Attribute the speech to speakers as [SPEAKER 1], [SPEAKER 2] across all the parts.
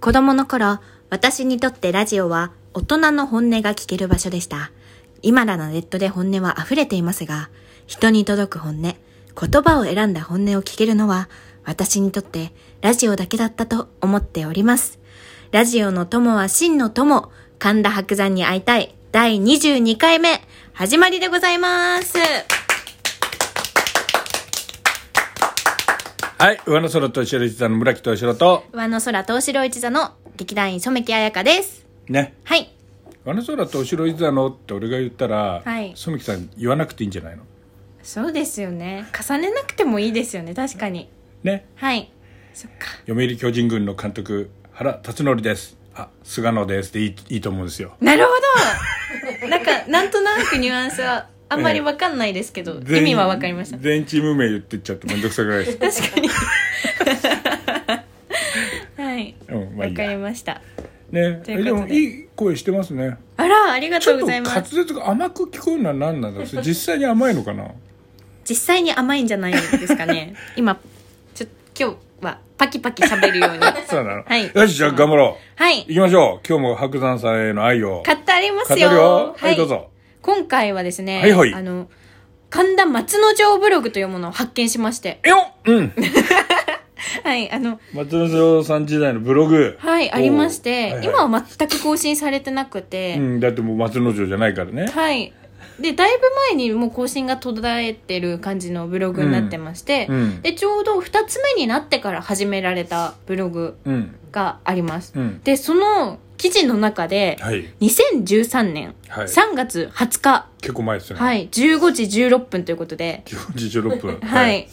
[SPEAKER 1] 子供の頃、私にとってラジオは大人の本音が聞ける場所でした。今らのネットで本音は溢れていますが、人に届く本音、言葉を選んだ本音を聞けるのは、私にとってラジオだけだったと思っております。ラジオの友は真の友、神田伯山に会いたい第22回目、始まりでございます。
[SPEAKER 2] はい、上野空と一緒にの村木と一緒と、
[SPEAKER 1] 上野空東城一座の劇団員染木彩香です。
[SPEAKER 2] ね。
[SPEAKER 1] はい。
[SPEAKER 2] 上野空と後ろ一座のって俺が言ったら、
[SPEAKER 1] はい
[SPEAKER 2] 染木さん言わなくていいんじゃないの
[SPEAKER 1] そうですよね。重ねなくてもいいですよね。確かに。
[SPEAKER 2] ね。
[SPEAKER 1] はい。そっか。
[SPEAKER 2] 読売巨人軍の監督、原辰徳です。あ、菅野ですでいいいいと思うんですよ。
[SPEAKER 1] なるほ どなんか、なんとなくニュアンスはあんまりわかんないですけど、意味はわかりました。
[SPEAKER 2] 全チーム名言ってっちゃってめんどくさくな いです。
[SPEAKER 1] 確 かに。はい。
[SPEAKER 2] うん、まあ
[SPEAKER 1] わ
[SPEAKER 2] いい
[SPEAKER 1] かり
[SPEAKER 2] や。
[SPEAKER 1] ました。
[SPEAKER 2] ね。
[SPEAKER 1] とい
[SPEAKER 2] え
[SPEAKER 1] う
[SPEAKER 2] で
[SPEAKER 1] こと
[SPEAKER 2] も
[SPEAKER 1] で
[SPEAKER 2] いい声してますね。
[SPEAKER 1] あら、ありが
[SPEAKER 2] ち
[SPEAKER 1] と
[SPEAKER 2] ょ
[SPEAKER 1] う
[SPEAKER 2] っ
[SPEAKER 1] ご
[SPEAKER 2] と
[SPEAKER 1] ざいま
[SPEAKER 2] 滑
[SPEAKER 1] す。
[SPEAKER 2] 舌が甘く聞こえるのは何なんだろうそれ実際に甘いの かな
[SPEAKER 1] 実際に甘いんじゃないですかね。今、ちょ、今日はパキパキ喋るよう に。
[SPEAKER 2] そうなの、
[SPEAKER 1] はい
[SPEAKER 2] よし、じゃあ頑張ろう。
[SPEAKER 1] はい
[SPEAKER 2] 行。きましょう。今日も白山さんへの愛を。
[SPEAKER 1] 買ってあります
[SPEAKER 2] 語
[SPEAKER 1] よ。
[SPEAKER 2] るよはいどうぞ。
[SPEAKER 1] 今回はですね、
[SPEAKER 2] はいはい
[SPEAKER 1] あの、神田松之丞ブログというものを発見しまして。
[SPEAKER 2] えようん。
[SPEAKER 1] はい、あの、
[SPEAKER 2] 松之丞さん時代のブログ
[SPEAKER 1] はい、ありまして、
[SPEAKER 2] おうはいはい
[SPEAKER 1] 今は全く更新されてなくて、
[SPEAKER 2] うん、だってもう松之丞じゃないからね
[SPEAKER 1] はい。で、だいぶ前にもう更新が途絶えてる感じのブログになってまして、
[SPEAKER 2] うん
[SPEAKER 1] で、ちょうど2つ目になってから始められたブログ
[SPEAKER 2] うん
[SPEAKER 1] があります。
[SPEAKER 2] うん
[SPEAKER 1] で、その記事の中で、
[SPEAKER 2] はい
[SPEAKER 1] 2013年
[SPEAKER 2] はい
[SPEAKER 1] 3月20日、
[SPEAKER 2] 結構前ですね
[SPEAKER 1] はい、15時16分ということで、
[SPEAKER 2] 4時16 分
[SPEAKER 1] はい。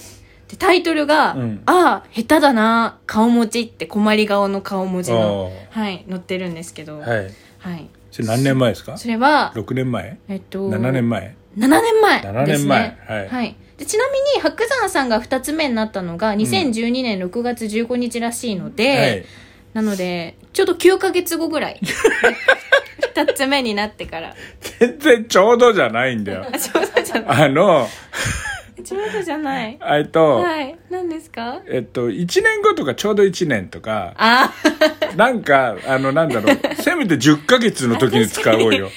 [SPEAKER 1] で、タイトルが、
[SPEAKER 2] うん
[SPEAKER 1] ああ、下手だな、顔文字って困り顔の顔文字の、
[SPEAKER 2] あ
[SPEAKER 1] はい、載ってるんですけど、はい。
[SPEAKER 2] はいそれ何年前ですか
[SPEAKER 1] それは、
[SPEAKER 2] 6年前
[SPEAKER 1] えっと、
[SPEAKER 2] 7年前
[SPEAKER 1] 7年前です、ね。
[SPEAKER 2] 7年前はい
[SPEAKER 1] でちなみに、白山さんが2つ目になったのが、2012年6月15日らしいので、
[SPEAKER 2] はい
[SPEAKER 1] なので、ちょうど9ヶ月後ぐらい。2つ目になってから。
[SPEAKER 2] 全然ちょうどじゃないんだよ
[SPEAKER 1] あちょうどじゃな
[SPEAKER 2] あの
[SPEAKER 1] い。 ちょうどじゃない。
[SPEAKER 2] えっと
[SPEAKER 1] はい。何ですか
[SPEAKER 2] えっと1年後とかちょうど1年とか
[SPEAKER 1] ああ。
[SPEAKER 2] なんかあのなんだろうせめて10ヶ月の時に使おうよ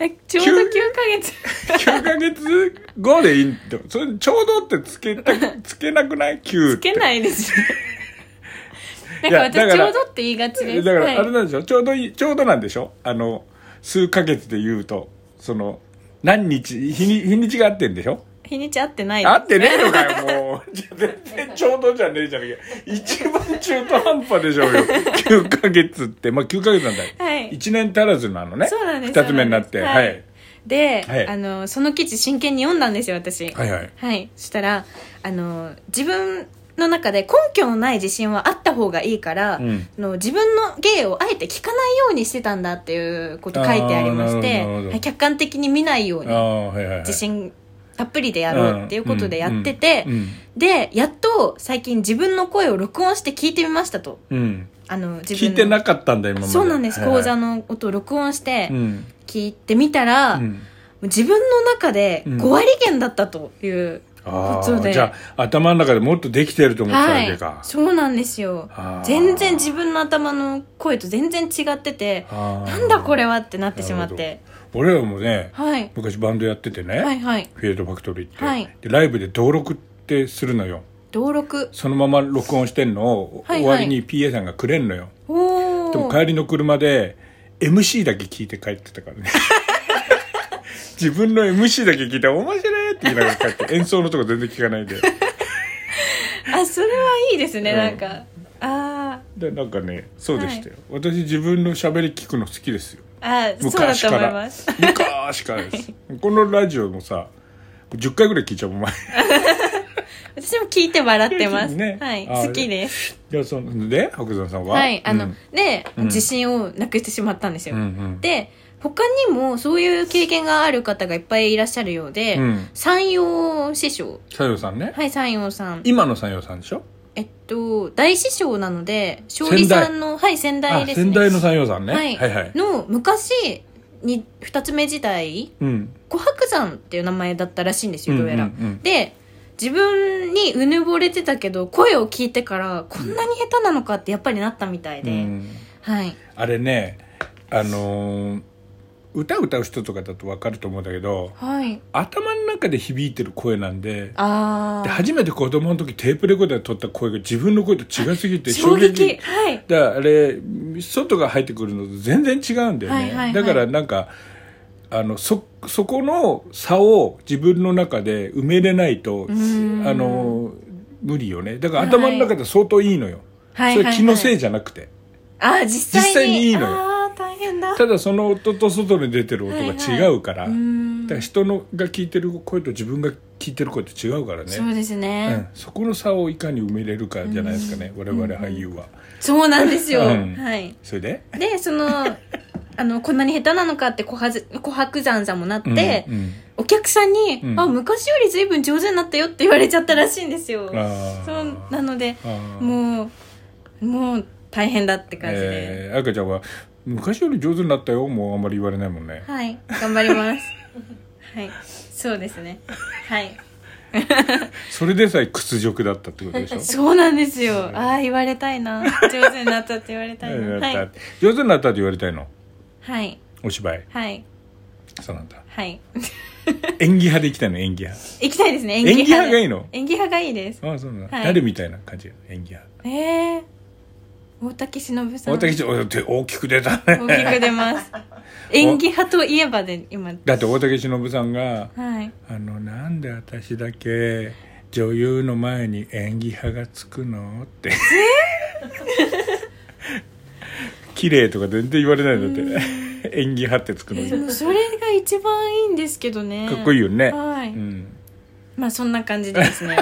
[SPEAKER 1] えちょうど9ヶ月。
[SPEAKER 2] 9ヶ月後でいいってそれちょうどってつ けたつけなくない ?9
[SPEAKER 1] つけないですね。
[SPEAKER 2] い
[SPEAKER 1] な
[SPEAKER 2] や
[SPEAKER 1] んか私、
[SPEAKER 2] だか
[SPEAKER 1] ちょ
[SPEAKER 2] ら
[SPEAKER 1] うどって言いがちです。
[SPEAKER 2] だか
[SPEAKER 1] は
[SPEAKER 2] らあれ
[SPEAKER 1] い、
[SPEAKER 2] なんでしょ、ちょうどいいちょうどなんでしょあの数ヶ月で言うとその何日日に日にちが合ってんでしょ
[SPEAKER 1] 日にち合ってないです。
[SPEAKER 2] 合ってねえのかよもう全然ちょうどじゃねえじゃねえか一番中途半端でしょ うよ9ヶ月ってまあ9ヶ月なんだよ、
[SPEAKER 1] はい
[SPEAKER 2] 1年足らずなのね
[SPEAKER 1] そうなんです。
[SPEAKER 2] 2つ目になって
[SPEAKER 1] そう
[SPEAKER 2] は
[SPEAKER 1] ん
[SPEAKER 2] い
[SPEAKER 1] で、す
[SPEAKER 2] は
[SPEAKER 1] で、
[SPEAKER 2] い
[SPEAKER 1] あの、その記事真剣に読んだんですよ、私。
[SPEAKER 2] はいはい
[SPEAKER 1] はい。そしたら、あの、自分の中で根拠のない自信はあった方がいいから、
[SPEAKER 2] うん
[SPEAKER 1] あの自分の芸をあえて聞かないようにしてたんだっていうこと書いてありまして
[SPEAKER 2] あーなるほどなるほど
[SPEAKER 1] はい客観的に見ないよう
[SPEAKER 2] あ
[SPEAKER 1] に
[SPEAKER 2] あはいはいはい
[SPEAKER 1] 自信たっぷりでやろうっていうことでやってて、
[SPEAKER 2] うん
[SPEAKER 1] で、やっと最近自分の声を録音して聞いてみましたと。
[SPEAKER 2] うん、うん
[SPEAKER 1] あの、自分
[SPEAKER 2] 聞いてなかったんだ今まで
[SPEAKER 1] そうなんです。
[SPEAKER 2] はいはい
[SPEAKER 1] 講座の音を録音して
[SPEAKER 2] うん
[SPEAKER 1] 聞いてみたら、
[SPEAKER 2] うん
[SPEAKER 1] 自分の中で
[SPEAKER 2] うん
[SPEAKER 1] 5割減だったという
[SPEAKER 2] あ
[SPEAKER 1] こと
[SPEAKER 2] あ
[SPEAKER 1] で。
[SPEAKER 2] じゃあ頭の中でもっとできてると思ってたわ
[SPEAKER 1] は
[SPEAKER 2] け
[SPEAKER 1] い
[SPEAKER 2] か、。
[SPEAKER 1] そうなんですよ
[SPEAKER 2] あー。
[SPEAKER 1] 全然自分の頭の声と全然違ってて、
[SPEAKER 2] な
[SPEAKER 1] なんだこ
[SPEAKER 2] れ
[SPEAKER 1] れはってなってしまって。
[SPEAKER 2] 俺らもね
[SPEAKER 1] はい。
[SPEAKER 2] 昔バンドやっててね、
[SPEAKER 1] はいはい。
[SPEAKER 2] フィールドファクトリーって、
[SPEAKER 1] はい
[SPEAKER 2] でライブで登録ってするのよ
[SPEAKER 1] 登録。
[SPEAKER 2] そのまま録音してんのを、
[SPEAKER 1] はいはい
[SPEAKER 2] 終わりに PA さんがくれんのよ
[SPEAKER 1] おー。
[SPEAKER 2] でも帰りの車で MC だけ聞いて帰ってたから ね自分の MC だけ聞いて面白いって言いながら帰って演奏のとこ全然聞かないで
[SPEAKER 1] あ、それはいいですね、
[SPEAKER 2] うん
[SPEAKER 1] なんか。あー。
[SPEAKER 2] でなんかねそうでしたよ、私自分の喋り聞くの好きですよ
[SPEAKER 1] あー、そうだ
[SPEAKER 2] 昔
[SPEAKER 1] と
[SPEAKER 2] か
[SPEAKER 1] 思い
[SPEAKER 2] ら
[SPEAKER 1] ます。
[SPEAKER 2] 昔からです、このラジオもさ10回ぐらい聞いちゃうもん前
[SPEAKER 1] 私も聞いて笑ってます。
[SPEAKER 2] ね
[SPEAKER 1] はい、
[SPEAKER 2] あー
[SPEAKER 1] 好きです。
[SPEAKER 2] いやそので白山さんは
[SPEAKER 1] はい、あの、
[SPEAKER 2] うん
[SPEAKER 1] で、
[SPEAKER 2] うん
[SPEAKER 1] 自信をなくしてしまったんですよ。
[SPEAKER 2] うんうん
[SPEAKER 1] で、他にもそういう経験がある方がいっぱいいらっしゃるようで、
[SPEAKER 2] うん
[SPEAKER 1] 山陽師匠。
[SPEAKER 2] さよさんね
[SPEAKER 1] はい、山陽さん。
[SPEAKER 2] 今のさよさんでしょ
[SPEAKER 1] えっと、大師匠なので、勝利さんの、はい、先代
[SPEAKER 2] あ
[SPEAKER 1] ですね。
[SPEAKER 2] 先代のさよさんね
[SPEAKER 1] はい、
[SPEAKER 2] はいはい
[SPEAKER 1] の、昔に、二つ目時代、
[SPEAKER 2] うん
[SPEAKER 1] 琥珀山っていう名前だったらしいんですよ、どうやら。
[SPEAKER 2] うんうんうん
[SPEAKER 1] で、自分にうぬぼれてたけど、声を聞いてから、こんなに下手なのかってやっぱりなったみたいで、
[SPEAKER 2] うん
[SPEAKER 1] はい。
[SPEAKER 2] あれねあのー歌歌う人とかだと分かると思うんだけど
[SPEAKER 1] はい。
[SPEAKER 2] 頭の中で響いてる声なんで
[SPEAKER 1] あ
[SPEAKER 2] で
[SPEAKER 1] あ。
[SPEAKER 2] 初めて子供の時テープレコーダーで撮った声が自分の声と違いすぎて
[SPEAKER 1] 衝
[SPEAKER 2] 衝
[SPEAKER 1] 撃。
[SPEAKER 2] 撃
[SPEAKER 1] はい。
[SPEAKER 2] だからあれ外が入ってくるのと全然違うんだよね、
[SPEAKER 1] はいはいはい
[SPEAKER 2] だからなんかあのそそこの差を自分の中で埋めれないとあ
[SPEAKER 1] ーん
[SPEAKER 2] の無理よねだから頭の中で相当いいのよ、
[SPEAKER 1] はい
[SPEAKER 2] それ気のせ
[SPEAKER 1] い。
[SPEAKER 2] いじゃなくて、
[SPEAKER 1] ああ、実際に。
[SPEAKER 2] 実際にいいのよ
[SPEAKER 1] ああ、大変だ。
[SPEAKER 2] ただその音と外に出てる音が違うから、
[SPEAKER 1] うーん
[SPEAKER 2] だから人のが聞いてる声と自分が聞いてる声って違うからね
[SPEAKER 1] そうです
[SPEAKER 2] うん
[SPEAKER 1] ね。、
[SPEAKER 2] そこの差をいかに埋めれるかじゃないですかね、我々俳優は、
[SPEAKER 1] そうなんですよ。
[SPEAKER 2] うん
[SPEAKER 1] はい。
[SPEAKER 2] それで
[SPEAKER 1] で、その、あの、こんなに下手なのかって琥珀琥珀山さんもなって、
[SPEAKER 2] うんうん
[SPEAKER 1] お客さんに、
[SPEAKER 2] うん
[SPEAKER 1] あ、昔より随分上手になったよって言われちゃったらしいんですよ。
[SPEAKER 2] あー
[SPEAKER 1] そう、なので、
[SPEAKER 2] あー
[SPEAKER 1] もう、もう大変だって感じで。
[SPEAKER 2] えー、あやかちゃんは昔より上手になったよもうあんまり言われないもんね
[SPEAKER 1] はい、頑張ります。 はい、そうですね。 はい。
[SPEAKER 2] それでさえ屈辱だったってことでしょ
[SPEAKER 1] そうなんですよ。ああ、言われたいな。上手になったって言われたいな。
[SPEAKER 2] 上手にな
[SPEAKER 1] は
[SPEAKER 2] った
[SPEAKER 1] い。
[SPEAKER 2] 上手になったって言われたいの
[SPEAKER 1] はい。
[SPEAKER 2] お芝居
[SPEAKER 1] はい。
[SPEAKER 2] そうなんだ
[SPEAKER 1] はい。
[SPEAKER 2] 演技派で行きたいの演技派
[SPEAKER 1] 行きたいですね。演
[SPEAKER 2] 技
[SPEAKER 1] 技派
[SPEAKER 2] 派
[SPEAKER 1] で
[SPEAKER 2] がいいの
[SPEAKER 1] 演技派がいいです。
[SPEAKER 2] ああそうなんだ、
[SPEAKER 1] はい
[SPEAKER 2] 誰みたいな感じ演技派
[SPEAKER 1] ええー。大竹しのぶさん。
[SPEAKER 2] 大竹ちゃんお手大きく出たね
[SPEAKER 1] 大きく出 ます。演技派といえばで、今。
[SPEAKER 2] だって大竹しのぶさんが
[SPEAKER 1] はい。
[SPEAKER 2] 「あのなんで私だけ女優の前に演技派がつくの?」 って綺麗とか全然言われないんだって演技派ってつくのに
[SPEAKER 1] でもそれが一番いいんですけどね。
[SPEAKER 2] かっこいいよね。
[SPEAKER 1] はい
[SPEAKER 2] うん。
[SPEAKER 1] まあそんな感じでです ね。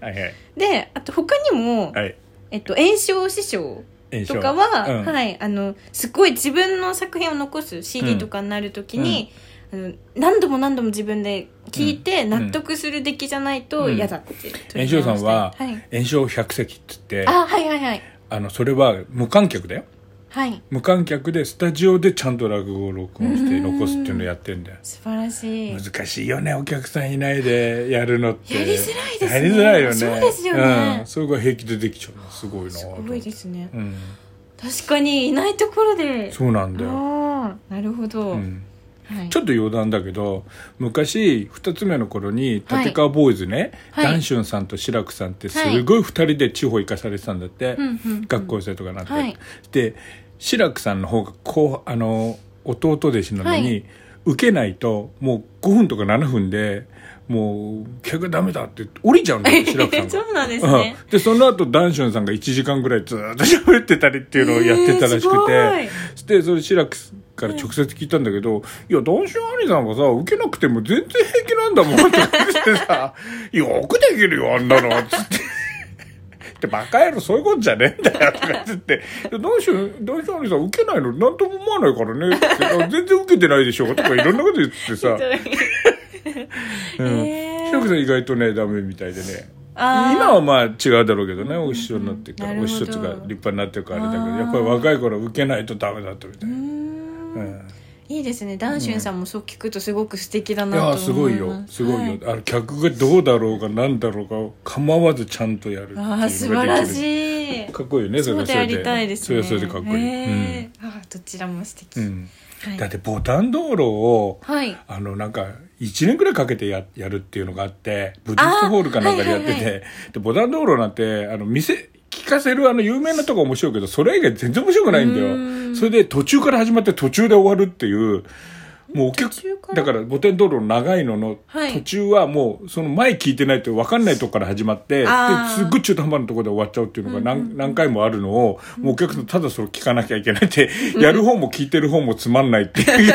[SPEAKER 2] はいはい。
[SPEAKER 1] で、あと他にも、
[SPEAKER 2] はい。
[SPEAKER 1] えっと、炎症師匠。
[SPEAKER 2] 炎症
[SPEAKER 1] とかは、
[SPEAKER 2] うん
[SPEAKER 1] はい、あの、すごい自分の作品を残す
[SPEAKER 2] う
[SPEAKER 1] CD
[SPEAKER 2] ん
[SPEAKER 1] とかになるときに、あの何度も何度も自分で聞いて
[SPEAKER 2] うん
[SPEAKER 1] 納得する出来じゃないと
[SPEAKER 2] うん
[SPEAKER 1] 嫌だって取り直して、
[SPEAKER 2] 炎症さんは、
[SPEAKER 1] はい、
[SPEAKER 2] 炎症百席って言って、
[SPEAKER 1] あ、はいはいはい。
[SPEAKER 2] あの、それは無観客だよ。
[SPEAKER 1] はい。
[SPEAKER 2] 無観客でスタジオでちゃんと落語を録音して
[SPEAKER 1] うん
[SPEAKER 2] 残すっていうのをやってんだよ。
[SPEAKER 1] 素晴らしい。
[SPEAKER 2] 難しいよね、お客さんいないでやるのって。
[SPEAKER 1] やりづらいですね
[SPEAKER 2] やりづらいよね。
[SPEAKER 1] そうですよね
[SPEAKER 2] うん。それが平気でできちゃうの。すごいな
[SPEAKER 1] す
[SPEAKER 2] と
[SPEAKER 1] ごいですね。
[SPEAKER 2] うん。
[SPEAKER 1] 確かに、いないところで。
[SPEAKER 2] そうなんだよ。
[SPEAKER 1] ああ、なるほど。
[SPEAKER 2] うん。
[SPEAKER 1] はい、
[SPEAKER 2] ちょっと余談だけど、昔、二つ目の頃に、立川ボーイズね、
[SPEAKER 1] はい
[SPEAKER 2] ダンシュンさんと志らくさんって、すごい二人で地方行かされてたんだって、
[SPEAKER 1] うんうんうん
[SPEAKER 2] 学校生とかなって。
[SPEAKER 1] はい
[SPEAKER 2] で、志らくさんの方が、こう、あの、弟弟子なのに、
[SPEAKER 1] はい
[SPEAKER 2] 受けないと、もう5分とか7分で、もう、客ダメだって降りちゃうんだよ、志らくさん が。
[SPEAKER 1] そうなんですね。
[SPEAKER 2] うんでその後ダンシュンさんが1時間ぐらいずーっと喋ってたり っていうのをやってたらしくて、
[SPEAKER 1] えー
[SPEAKER 2] でそれ志らくから直接聞いたんだけど「いやダンシュン兄さんがさ受けなくても全然平気なんだ もん」って言ってさ「よくできるよあんなの」つって。でバカ野郎そういうことじゃねえんだよとかつって「どうしようどうしよう兄さん受けないのなんとも思わないからね」って言ってあ全然受けてないでしょ」とかいろんなこと言ってさ、う
[SPEAKER 1] え
[SPEAKER 2] ん、
[SPEAKER 1] ー
[SPEAKER 2] 志らくさん意外とねダメみたいでね
[SPEAKER 1] あー
[SPEAKER 2] 今はまあ違うだろうけどねお師匠になってか
[SPEAKER 1] な
[SPEAKER 2] ら、
[SPEAKER 1] る
[SPEAKER 2] お
[SPEAKER 1] ほど
[SPEAKER 2] 師匠とか立派になってからあれだけ
[SPEAKER 1] あ
[SPEAKER 2] ど
[SPEAKER 1] ー
[SPEAKER 2] やっぱり若い頃受けないとダメだったみたいうな、
[SPEAKER 1] ん
[SPEAKER 2] うん
[SPEAKER 1] いいですね。ダンシュンさんもそう聞くとすごく素敵だ
[SPEAKER 2] い
[SPEAKER 1] なと思い
[SPEAKER 2] や
[SPEAKER 1] ます。
[SPEAKER 2] すごいよすごいよ、
[SPEAKER 1] は
[SPEAKER 2] あの客がどうだろうがなんだろうが構わずちゃんとやるっていうの
[SPEAKER 1] あ
[SPEAKER 2] が
[SPEAKER 1] あ、
[SPEAKER 2] でき
[SPEAKER 1] 素
[SPEAKER 2] る
[SPEAKER 1] 晴らしい。
[SPEAKER 2] かっこいいよねそ
[SPEAKER 1] そ
[SPEAKER 2] れ
[SPEAKER 1] う
[SPEAKER 2] は
[SPEAKER 1] で
[SPEAKER 2] そ
[SPEAKER 1] や
[SPEAKER 2] れ
[SPEAKER 1] りたいです
[SPEAKER 2] それ
[SPEAKER 1] ね。
[SPEAKER 2] はそれでかっこいい、
[SPEAKER 1] へーああ、どちらも素敵。
[SPEAKER 2] うんうん
[SPEAKER 1] はい
[SPEAKER 2] だってボタン道路を
[SPEAKER 1] はい。
[SPEAKER 2] あのなんか1年ぐらいかけてややるっていうのがあってブティストホールかなんかでやってて、
[SPEAKER 1] あーはいはい
[SPEAKER 2] でボタン道路なんてあの店聞かせるあの有名なとこ面白いけどそれ以外全然面白くないんだ
[SPEAKER 1] う
[SPEAKER 2] よ
[SPEAKER 1] ん
[SPEAKER 2] それで途中から始まって途中で終わるっていうもうお客
[SPEAKER 1] 途中から
[SPEAKER 2] だからボタン道路の長いのの
[SPEAKER 1] はい
[SPEAKER 2] 途中はもうその前聞いてないと分かんないとこから始まって、
[SPEAKER 1] あー
[SPEAKER 2] ですっごい中途半端なところで終わっちゃうっていうのが何,、何回もあるのをもうお客さんただそれ聞かなきゃいけないって、やる方も聞いてる方もつまんないっ ていう。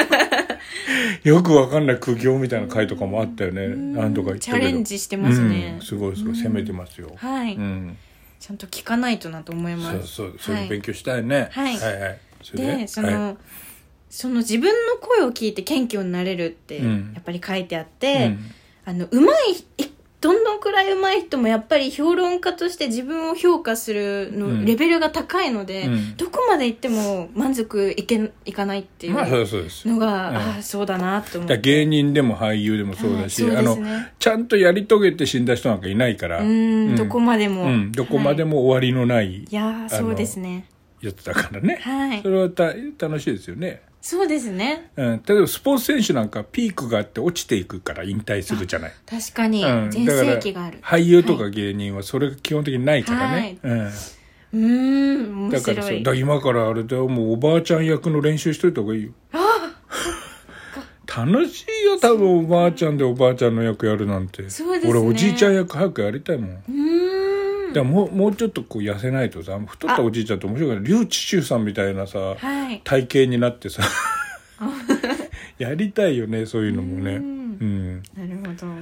[SPEAKER 2] よくわかんない苦行みたいな回とかもあったよね。何度か言った
[SPEAKER 1] チ
[SPEAKER 2] け
[SPEAKER 1] ャ
[SPEAKER 2] ど。
[SPEAKER 1] レンジしてますね
[SPEAKER 2] うん。すごいすごい攻めてますよ。。
[SPEAKER 1] はいう
[SPEAKER 2] ん。
[SPEAKER 1] ちゃんと聞かないとなと思い
[SPEAKER 2] そ
[SPEAKER 1] ま
[SPEAKER 2] う
[SPEAKER 1] す。
[SPEAKER 2] そう、そう
[SPEAKER 1] はい
[SPEAKER 2] いう勉強したいね。
[SPEAKER 1] はい
[SPEAKER 2] はいはい。それ
[SPEAKER 1] で、そ
[SPEAKER 2] はい
[SPEAKER 1] の、その自分の声を聞いて謙虚になれるって、
[SPEAKER 2] うん
[SPEAKER 1] やっぱり書いてあっ
[SPEAKER 2] う
[SPEAKER 1] て
[SPEAKER 2] ん、
[SPEAKER 1] あの、うまい、いどんどんくらいうまい人もやっぱり評論家として自分を評価する
[SPEAKER 2] う
[SPEAKER 1] の、
[SPEAKER 2] ん
[SPEAKER 1] レベルが高いので、
[SPEAKER 2] うん
[SPEAKER 1] どこまで行っても満足いけ、いかないっていう
[SPEAKER 2] まあそうそうです。
[SPEAKER 1] のが、
[SPEAKER 2] うん
[SPEAKER 1] ああ、そうだなと思
[SPEAKER 2] だ
[SPEAKER 1] っ
[SPEAKER 2] か
[SPEAKER 1] て。
[SPEAKER 2] ら芸人でも俳優でもそうだし、
[SPEAKER 1] はい
[SPEAKER 2] あ
[SPEAKER 1] そうです
[SPEAKER 2] の
[SPEAKER 1] ね
[SPEAKER 2] ちゃんとやり遂げて死んだ人なんかいないから
[SPEAKER 1] うーん、どこまでも。
[SPEAKER 2] うんどこまで
[SPEAKER 1] も。
[SPEAKER 2] も終わりのない、
[SPEAKER 1] い、やー、
[SPEAKER 2] あの
[SPEAKER 1] そうですね。
[SPEAKER 2] やつだからね。
[SPEAKER 1] はい
[SPEAKER 2] それはた楽しいですよね。
[SPEAKER 1] そうですね
[SPEAKER 2] うん、例えばスポーツ選手なんかピークがあって落ちていくから引退するじゃない。
[SPEAKER 1] 確かに
[SPEAKER 2] うん、
[SPEAKER 1] 全盛期がある、
[SPEAKER 2] だから俳優と
[SPEAKER 1] は
[SPEAKER 2] か
[SPEAKER 1] い
[SPEAKER 2] 芸人はそれが基本的にないからね。
[SPEAKER 1] うーん
[SPEAKER 2] うん、
[SPEAKER 1] 面
[SPEAKER 2] だから
[SPEAKER 1] 白
[SPEAKER 2] そうだ
[SPEAKER 1] い
[SPEAKER 2] から今からあれだよもうおばあちゃん役の練習しといた方がいいよ。楽しいよ多分おばあちゃんでおばあちゃんの役やるなんて、
[SPEAKER 1] そうですね
[SPEAKER 2] 俺おじいちゃん役早くやりたいもん。
[SPEAKER 1] うーん
[SPEAKER 2] だからもうもうちょっとこう痩せないとさ太ったおじいちゃんって面白いからリュウチチュウさんみたいなさ、
[SPEAKER 1] はい
[SPEAKER 2] 体型になってさ やりたいよねそういうのも
[SPEAKER 1] う
[SPEAKER 2] ねうんん、
[SPEAKER 1] なるほど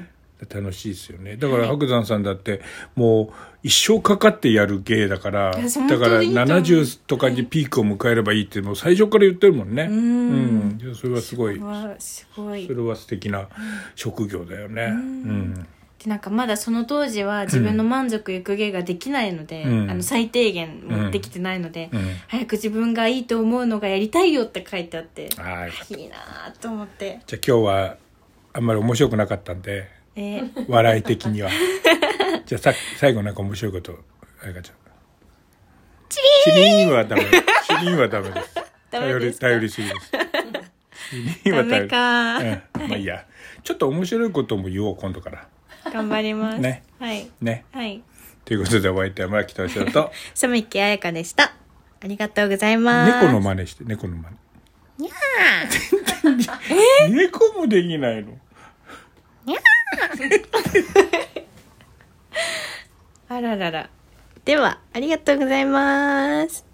[SPEAKER 2] 楽しいですよねだから白山さんだってもう一生かかってやる芸だからだ
[SPEAKER 1] い
[SPEAKER 2] か
[SPEAKER 1] や
[SPEAKER 2] ら
[SPEAKER 1] 本当にいいと思う
[SPEAKER 2] 70とかにピークを迎えればいいってもう最初から言ってるもんね
[SPEAKER 1] う
[SPEAKER 2] うんんいやそれはすごいう
[SPEAKER 1] わすごい
[SPEAKER 2] それは素敵な職業だよねうん
[SPEAKER 1] でなんかまだその当時は自分の満足いく芸ができないので、
[SPEAKER 2] うん
[SPEAKER 1] あの最低限もできてないので、
[SPEAKER 2] うん
[SPEAKER 1] 早く自分がいいと思うのがやりたいよって書いてあって
[SPEAKER 2] はい
[SPEAKER 1] いいなーと思って
[SPEAKER 2] じゃあ今日はあんまり面白くなかったんで
[SPEAKER 1] え ー
[SPEAKER 2] 笑い的 にはじゃあさ最後なんか面白いことあやかちゃんチリーンはダメチリーンはダメです
[SPEAKER 1] ダメ
[SPEAKER 2] 頼
[SPEAKER 1] で
[SPEAKER 2] り
[SPEAKER 1] すか
[SPEAKER 2] 頼りすぎですチリーン
[SPEAKER 1] ダ
[SPEAKER 2] は頼
[SPEAKER 1] メ
[SPEAKER 2] り
[SPEAKER 1] かー、
[SPEAKER 2] うん、まあいいやちょっと面白いことも言おう今度から
[SPEAKER 1] 頑張ります、
[SPEAKER 2] ね
[SPEAKER 1] はい
[SPEAKER 2] ね
[SPEAKER 1] はい
[SPEAKER 2] ということでお相手は村木敏夫と
[SPEAKER 1] 染木彩香でしたありがとうございます
[SPEAKER 2] 猫の真似して猫の真似猫もできないの
[SPEAKER 1] あらららではありがとうございます